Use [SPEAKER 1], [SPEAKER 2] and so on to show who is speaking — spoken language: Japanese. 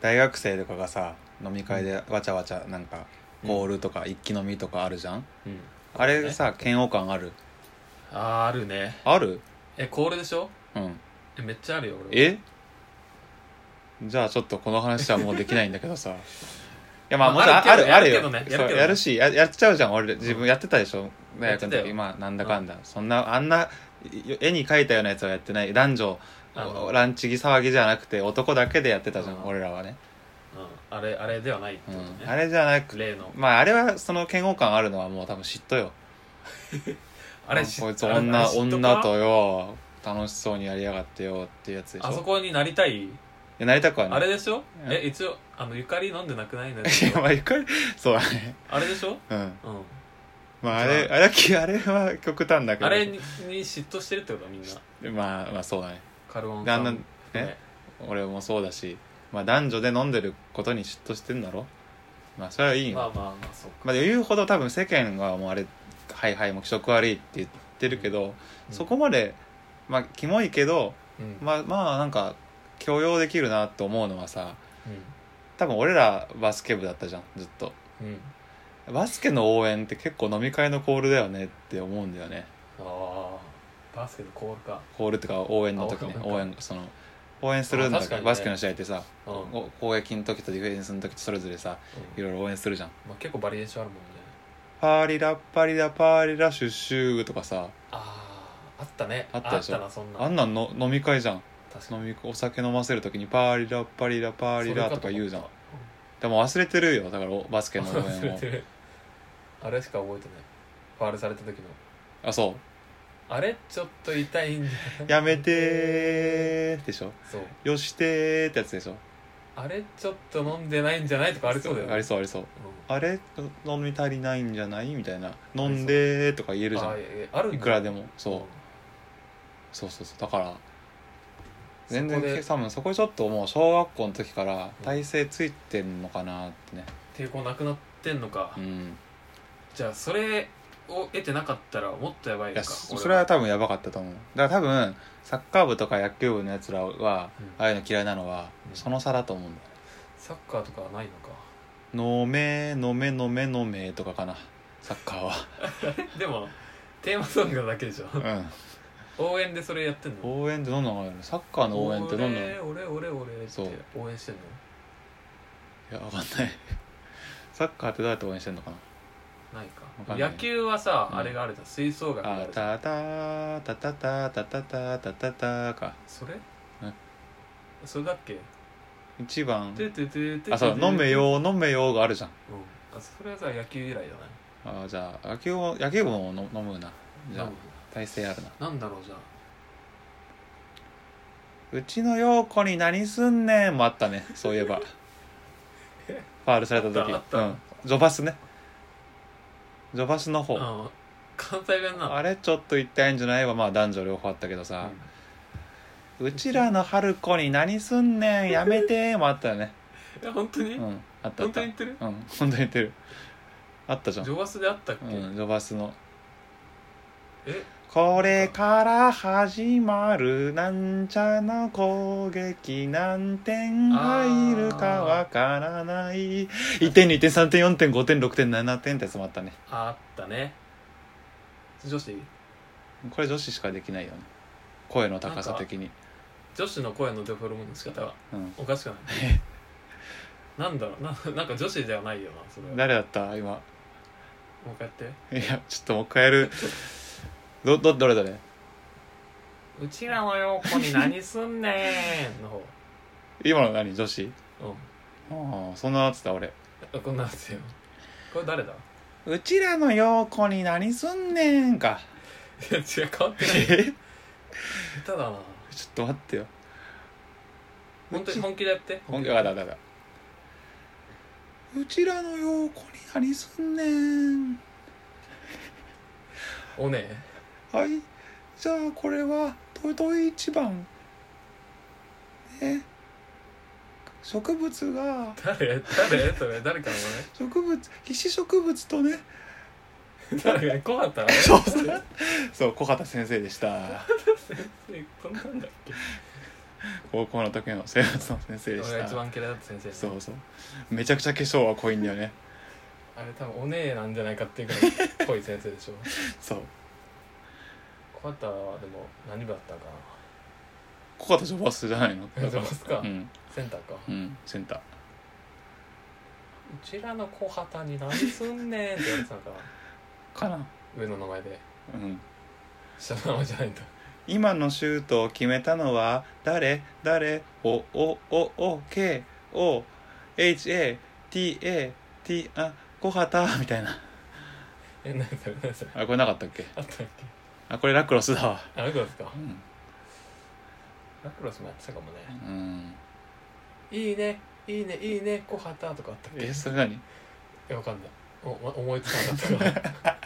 [SPEAKER 1] 大学生とかがさ飲み会でわちゃわちゃなんかコールとか一気飲みとかあるじゃん、
[SPEAKER 2] うん
[SPEAKER 1] あれでさ嫌悪感ある
[SPEAKER 2] あーあるね
[SPEAKER 1] ある
[SPEAKER 2] えコールでしょ
[SPEAKER 1] うん
[SPEAKER 2] えめっちゃあるよ俺
[SPEAKER 1] えじゃあちょっとこの話はもうできないんだけど さいやまあ
[SPEAKER 2] ま
[SPEAKER 1] も
[SPEAKER 2] あ
[SPEAKER 1] ちろんあ
[SPEAKER 2] あるけ
[SPEAKER 1] る
[SPEAKER 2] ど
[SPEAKER 1] あるよ
[SPEAKER 2] やるけどねやるけ
[SPEAKER 1] そ
[SPEAKER 2] ど
[SPEAKER 1] う
[SPEAKER 2] ね
[SPEAKER 1] やるしややっちゃうじゃん俺自分やってたでしょ大
[SPEAKER 2] やって
[SPEAKER 1] 学の
[SPEAKER 2] たよ
[SPEAKER 1] 時まあなんだかんだ、そんなあんな絵に描いたようなやつはやってない男女
[SPEAKER 2] あの
[SPEAKER 1] ランチギ騒ぎじゃなくて男だけでやってたじゃん
[SPEAKER 2] うん
[SPEAKER 1] 俺らはね、
[SPEAKER 2] うん、あれあれではないって
[SPEAKER 1] う
[SPEAKER 2] ことね、
[SPEAKER 1] ん、あれじゃなく
[SPEAKER 2] 例の
[SPEAKER 1] まああれはその嫌悪感あるのはもう多分嫉妬よ
[SPEAKER 2] あれ
[SPEAKER 1] こいつ
[SPEAKER 2] あれあ
[SPEAKER 1] 女
[SPEAKER 2] れ嫉妬
[SPEAKER 1] 女
[SPEAKER 2] か
[SPEAKER 1] とよ楽しそうにやりやがってよっていうやつでしょ
[SPEAKER 2] あそこになりたい
[SPEAKER 1] いやなりたくはない
[SPEAKER 2] あれでしょ
[SPEAKER 1] うん
[SPEAKER 2] え一応あのゆかり飲んでなくないのよ
[SPEAKER 1] いやまあゆかりそうだね
[SPEAKER 2] あれでし ょ
[SPEAKER 1] うん
[SPEAKER 2] うん
[SPEAKER 1] まああれ
[SPEAKER 2] じゃあ
[SPEAKER 1] あれはき あれは極端だけど
[SPEAKER 2] あれにに嫉妬してるってことみんな
[SPEAKER 1] まあまあそうだね
[SPEAKER 2] カルオン
[SPEAKER 1] であ
[SPEAKER 2] さん
[SPEAKER 1] んな
[SPEAKER 2] 含め
[SPEAKER 1] ね俺もそうだしまあ男女で飲んでることに嫉妬してんだろまあそれはいいよ、
[SPEAKER 2] ま
[SPEAKER 1] ま
[SPEAKER 2] あ
[SPEAKER 1] あ、
[SPEAKER 2] まあまあそう
[SPEAKER 1] 言うほど多分世間はもうあれ「はいはいもう気色悪い」って言ってるけど、
[SPEAKER 2] うん
[SPEAKER 1] そこまでまあキモいけど
[SPEAKER 2] うんうん
[SPEAKER 1] まあまあなんか許容できるなと思うのはさ多分俺らバスケ部だったじゃんずっと
[SPEAKER 2] うん
[SPEAKER 1] バスケの応援って結構飲み会のコールだよねって思うんだよね
[SPEAKER 2] ああバスケのコールか
[SPEAKER 1] コールとか応援の時ね
[SPEAKER 2] あ
[SPEAKER 1] 応
[SPEAKER 2] 応
[SPEAKER 1] 援その応援するんだ
[SPEAKER 2] あ確
[SPEAKER 1] け
[SPEAKER 2] か
[SPEAKER 1] ど、
[SPEAKER 2] にね
[SPEAKER 1] バスケの試合ってさ、
[SPEAKER 2] うんうん
[SPEAKER 1] お攻撃の時とディフェンスの時とそれぞれさいろいろ応援するじゃん
[SPEAKER 2] まあ結構バリエーションあるもんね
[SPEAKER 1] パーリラッパリラパーリラシュッシューとかさ
[SPEAKER 2] あああったね
[SPEAKER 1] あったでしょ
[SPEAKER 2] なそんな
[SPEAKER 1] あんなんの飲み会じゃん
[SPEAKER 2] 確かに
[SPEAKER 1] 飲みお酒飲ませる時にパーリラッパリラパーリラとか言うじゃん
[SPEAKER 2] そ
[SPEAKER 1] でも忘れてるよだからおバスケ
[SPEAKER 2] れ
[SPEAKER 1] の
[SPEAKER 2] か
[SPEAKER 1] 応
[SPEAKER 2] と思った
[SPEAKER 1] 援を
[SPEAKER 2] 忘れてるあれしか覚えてないファールされた時の
[SPEAKER 1] あそ
[SPEAKER 2] あれちょっと痛いんだよ
[SPEAKER 1] うやめてーでしょ
[SPEAKER 2] そう
[SPEAKER 1] よしてーってやつでしょ
[SPEAKER 2] あれちょっと飲んでないんじゃないとかありそうだよね
[SPEAKER 1] ありそうありそう
[SPEAKER 2] う
[SPEAKER 1] あれ飲み足りないんじゃないみたいな飲んでーとか言え
[SPEAKER 2] ん
[SPEAKER 1] るじゃ
[SPEAKER 2] あ
[SPEAKER 1] ん
[SPEAKER 2] いやいやあるんだ
[SPEAKER 1] いくらでもそう
[SPEAKER 2] うん
[SPEAKER 1] そうそうそうだから全然
[SPEAKER 2] そこで
[SPEAKER 1] 多分そこちょっともう小学校の時から体勢ついてんのかなってね
[SPEAKER 2] 抵抗なくなってんのか、
[SPEAKER 1] うん
[SPEAKER 2] じゃあそれを得てなかったらもっとやばい
[SPEAKER 1] い
[SPEAKER 2] の
[SPEAKER 1] や
[SPEAKER 2] か
[SPEAKER 1] そ
[SPEAKER 2] 俺
[SPEAKER 1] それは多分やばかったと思うだから多分サッカー部とか野球部のやつらは
[SPEAKER 2] うん
[SPEAKER 1] ああいうの嫌いなのは
[SPEAKER 2] うん
[SPEAKER 1] その差だと思うんだよ
[SPEAKER 2] サッカーとかはないのか
[SPEAKER 1] のめのめのめのめとかかなサッカーは
[SPEAKER 2] でもテーマソングだけでしょ
[SPEAKER 1] う
[SPEAKER 2] 応援でそれやってんの
[SPEAKER 1] ん応援ってどんなのがあるのサッカーの応援ってどんなのい
[SPEAKER 2] 俺俺俺俺って
[SPEAKER 1] そう
[SPEAKER 2] 応援してんの
[SPEAKER 1] やわかんないサッカーってどうやって応援してんのかな
[SPEAKER 2] ないか
[SPEAKER 1] わかんない
[SPEAKER 2] 野球はさ、
[SPEAKER 1] うん
[SPEAKER 2] あれがあるじゃん吹奏楽があ
[SPEAKER 1] あ
[SPEAKER 2] るじゃん
[SPEAKER 1] たたたたたたたたたたたか
[SPEAKER 2] それ
[SPEAKER 1] うん
[SPEAKER 2] それだっけ
[SPEAKER 1] 一番
[SPEAKER 2] てててて
[SPEAKER 1] あそう「飲め、よ飲めよ」があるじゃん
[SPEAKER 2] うん、あそれはさ野球以来だね
[SPEAKER 1] あじゃあ野球を野球部も飲飲むなじゃ
[SPEAKER 2] な
[SPEAKER 1] あ
[SPEAKER 2] ん
[SPEAKER 1] 体勢あるな
[SPEAKER 2] なんだろうじゃあ
[SPEAKER 1] うちの陽子に何すんねんもあったねそういえばファールされた時
[SPEAKER 2] あったあった
[SPEAKER 1] うんジョバスねジョバスの方、
[SPEAKER 2] あの関西弁な
[SPEAKER 1] あれちょっと痛いんじゃないはまあ男女両方あったけど
[SPEAKER 2] う
[SPEAKER 1] さ
[SPEAKER 2] ん、
[SPEAKER 1] うちらの春子に何すんねんやめてもあったよね
[SPEAKER 2] え本当に、
[SPEAKER 1] うんあったあ
[SPEAKER 2] 本
[SPEAKER 1] っ
[SPEAKER 2] 当
[SPEAKER 1] た
[SPEAKER 2] に言ってる
[SPEAKER 1] うん本当に言ってるあったじゃん
[SPEAKER 2] ジョバスであったっけ、
[SPEAKER 1] うん、ジョバスの
[SPEAKER 2] え
[SPEAKER 1] 「これから始まるなんちゃの攻撃何点入るかわからない」1点2点3点4点5点6点7点ってやつもあったね
[SPEAKER 2] あったね女子
[SPEAKER 1] これ女子しかできないよね声の高さ的に
[SPEAKER 2] 女子の声のデフォルメの仕方は
[SPEAKER 1] うん
[SPEAKER 2] おかしくないなんだろうななんか女子ではないよなそれはもう
[SPEAKER 1] 誰だった今
[SPEAKER 2] 一回やって
[SPEAKER 1] いやちょっともう一回やるどどどれどれ
[SPEAKER 2] うちらのよ子に何すんねんの方
[SPEAKER 1] 今の何女子
[SPEAKER 2] うん
[SPEAKER 1] ああそんななってた俺
[SPEAKER 2] あこんなんですよこれ誰だ
[SPEAKER 1] うちらの陽子に何すんねんか
[SPEAKER 2] いや 違う変わってない
[SPEAKER 1] え
[SPEAKER 2] 下手だ
[SPEAKER 1] ち
[SPEAKER 2] な
[SPEAKER 1] ょっと待ってよ
[SPEAKER 2] 本当に本気でやって
[SPEAKER 1] 本気はだだだうちらの陽子に何すんねん
[SPEAKER 2] おねえ
[SPEAKER 1] はいじゃあこれはとと一番ね植物が
[SPEAKER 2] 誰誰それ誰かの
[SPEAKER 1] 植物必死植物とね
[SPEAKER 2] ね誰か怖かった
[SPEAKER 1] そうそう小畑先生でした
[SPEAKER 2] えこんなんだっけ
[SPEAKER 1] 高校の時の生活の先生でし
[SPEAKER 2] 俺が
[SPEAKER 1] た
[SPEAKER 2] 一番嫌いだった先生
[SPEAKER 1] そううそうめちゃくちゃ化粧は濃いんだよね
[SPEAKER 2] あれ多分お姉なんじゃないかっていうぐらい濃い先生でしょ
[SPEAKER 1] そう
[SPEAKER 2] 小畑はでも何部だったか
[SPEAKER 1] 小方ジョバスじゃないの
[SPEAKER 2] なジョバスか、
[SPEAKER 1] うん
[SPEAKER 2] センターか
[SPEAKER 1] う
[SPEAKER 2] うん
[SPEAKER 1] センター
[SPEAKER 2] ちらの小畑に何すんねんって言われてたのかな
[SPEAKER 1] かな
[SPEAKER 2] 上の名前で
[SPEAKER 1] うん
[SPEAKER 2] 下の名前じゃないんだ
[SPEAKER 1] 今のシュートを決めたのは誰誰おおおお K O H A T A T あ小畑みたいな
[SPEAKER 2] え何それ何それ
[SPEAKER 1] あこれなかったっけ
[SPEAKER 2] あったっけ
[SPEAKER 1] あこれラクロスだわ
[SPEAKER 2] あラクロスか
[SPEAKER 1] うん、
[SPEAKER 2] ラクロスもやってたかもね
[SPEAKER 1] うん、
[SPEAKER 2] いいねいいねいいね小畑とかあったっけ
[SPEAKER 1] えそれ何
[SPEAKER 2] いやわかんないおお思いつかなかったから